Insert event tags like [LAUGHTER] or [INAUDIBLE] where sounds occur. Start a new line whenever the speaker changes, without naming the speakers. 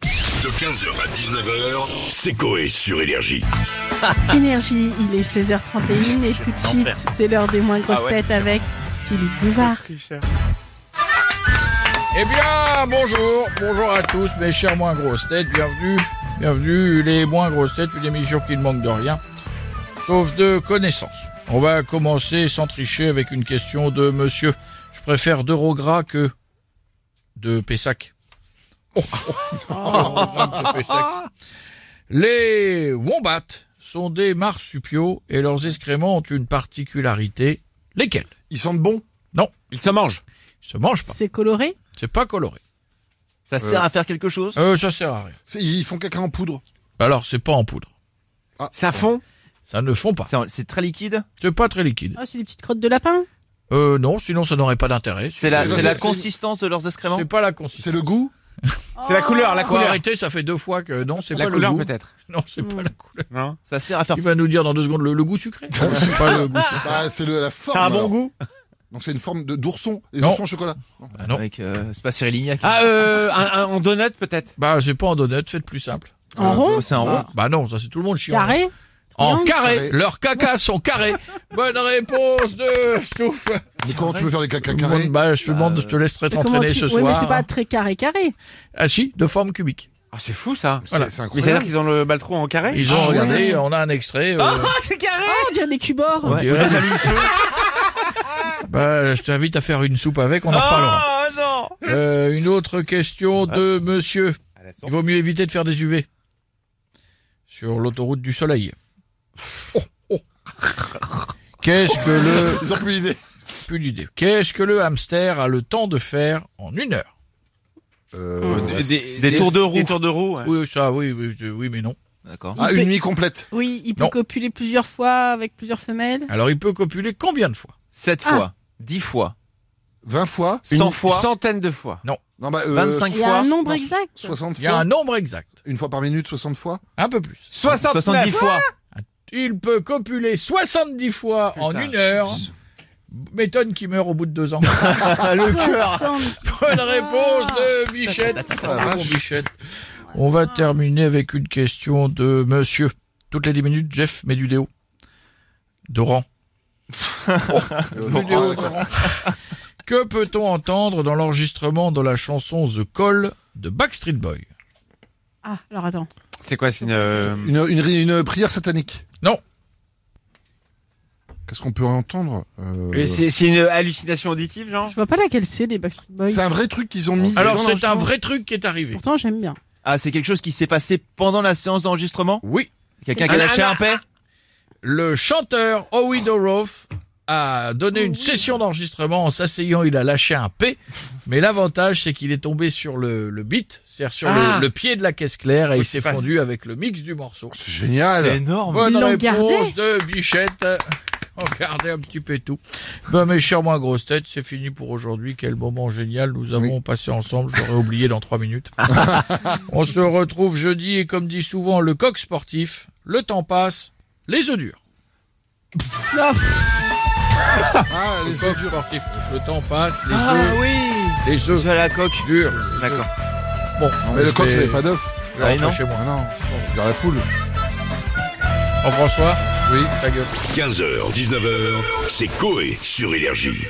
De 15h à 19h, c'est Coé sur Énergie.
Énergie, il est 16h31 et tout de suite, c'est l'heure des moins grosses
Ah ouais,
têtes avec Philippe Bouvard.
Eh bien, bonjour, bonjour à tous, mes chers moins grosses têtes, bienvenue, bienvenue, les moins grosses têtes, une émission qui ne manque de rien, sauf de connaissances. On va commencer sans tricher avec une question de monsieur. Je préfère d'Eurogras que de Pessac. [LAUGHS] Oh, oh, non, de Pessac. Les wombats sont des marsupiaux et leurs excréments ont une particularité. Lesquels
Ils sentent bon
Non.
Ils se mangent
Ils se mangent pas.
C'est coloré
C'est pas coloré.
Ça sert à faire quelque chose
Euh, ça sert à rien.
C'est- Ils font caca en poudre
Alors, c'est pas en poudre.
Ça fond
Ça ne fond pas.
C'est c'est très liquide
C'est pas très liquide.
Ah, C'est des petites crottes de lapin
Euh, non, sinon ça n'aurait pas d'intérêt.
C'est la,
C'est-
c'est la
c'est-
consistance de leurs excréments
C'est pas la consistance.
C'est le goût
C'est la couleur, la
Faut arrêter, ça fait deux fois que non, c'est pas le goût. [LAUGHS]
peut-être.
Non, c'est
Hmm.
pas la couleur.
Non Ça sert à faire...
Il va nous dire dans deux secondes le, le goût sucré. Non, c'est pas le goût.
Bah, C'est le- la forme. alors.
goût
Donc c'est une forme de- d'ourson. Les
Non.
oursons au chocolat.
Bah non.
Avec, euh, c'est pas Cyril Lignac.
Ah, euh, un, un- en donut peut-être. Ah.
Bah c'est pas en donut, faites plus simple.
C'est
En
un-
rond
C'est un rond.
Bah non, ça c'est tout le monde chiant.
Carré
En
Triangle
carré.
Carré.
Leurs cacas sont carrés. Bonne réponse de Stouff.
Mais comment tu peux faire des caca
Bon,
carrés
Bah je te
Bah,
demande,
euh,
je te laisserai
Mais comment
t'entraîner
tu-
ce
Ouais, mais
soir.
c'est pas très carré-carré.
Ah si, de forme cubique.
Ah, c'est fou ça.
C'est
voilà.
c'est
Mais c'est-à-dire
incroyable.
qu'ils ont le baltrou en carré
Ils ont
Ah, ouais,
regardé,
mais-
on a un extrait. euh,
c'est carré
Ah, on dirait des cubores
on
Ouais.
dirait- Bah, je t'invite à faire une soupe avec, Ah, on
Ah.
en reparlera.
Oh non
Euh, une autre question de monsieur. Il vaut mieux éviter de faire des UV sur l'autoroute du soleil. Oh, oh. Qu'est-ce que le...
[LAUGHS] Ils ont plus l'idée.
plus d'idée. Qu'est-ce que le hamster a le temps de faire en une heure
Euh,
Des,
des-
Des
des
tours de roue.
Oui, ça, oui, oui, euh, oui, mais non.
D'accord.
Ah, une nuit complète.
Oui, il peut
Non.
copuler plusieurs fois avec plusieurs femelles.
Alors, il peut copuler combien de fois
Sept
Ah.
fois. 10 fois.
20 fois.
100 fois.
Centaines de fois.
Non, bah, euh,
25
Il y a un
fois.
nombre
non,
exact
60
Il y a
fois.
un nombre exact.
Une fois par minute, 60
[LAUGHS]
fois.
Un peu plus.
69
70 fois.
Il peut copuler 70 fois en
Putain.
une heure. M'étonne qu'il meurt au bout de deux ans.
Ah,
Ah,
Bonne réponse de Bichette.
Ah, la
Bon,
vache.
Bichette. On va terminer avec une question de monsieur. Toutes les 10 minutes, Jeff met du déo. Doran. Du
Euh,
déo,
ah, d'accord.
Doran. [LAUGHS] Que peut-on entendre dans l'enregistrement de la chanson The Call de Backstreet Boy
Ah, alors attends.
C'est quoi C'est une, euh,
une, une, ri- une prière satanique.
Non.
Qu'est-ce qu'on peut entendre Euh,
euh, c'est- c'est une hallucination auditive, genre
Je vois pas laquelle c'est des Backstreet Boys.
C'est un vrai truc qu'ils ont mis.
Alors
dans
c'est un
l'enregistrement.
vrai truc qui est arrivé.
Pourtant, j'aime bien.
Ah, c'est quelque chose qui s'est passé pendant la séance d'enregistrement
Oui,
Quelqu'un qui a
Un-
lâché
un-
un paix
le chanteur Howie Dorough a donné une session d'enregistrement en s'asseyant, il a lâché un P, mais l'avantage c'est qu'il est tombé sur le, le beat, c'est-à-dire sur le-
Ah.
le, pied de la caisse claire et il
c'est
s'est
pas-
fondu avec le mix du morceau.
C'est
Ah,
C'est
génial.
énorme.
Bonne
Ils l'ont
réponse
gardé
de Bichette. Regardez un petit peu tout. Ben, mes chers moins grosses têtes, c'est fini pour aujourd'hui. Quel moment génial nous avons passé ensemble. J'aurais oublié dans trois minutes. On se retrouve jeudi et comme dit souvent le coq sportif, le temps passe, les œufs durs.
Ah,
Le
les
coq sportif, le temps passe, les
Ah
œufs,
oui
les
Tu
œufs
as la coque.
durs.
D'accord.
Bon,
Mais le
je
coq,
vais
c'est pas d'œuf.
Ah, non.
rentrer chez moi.
Ah non, c'est dans la poule.
En François,
Oui, ta gueule.
15h, 19h, c'est Coé sur Énergie.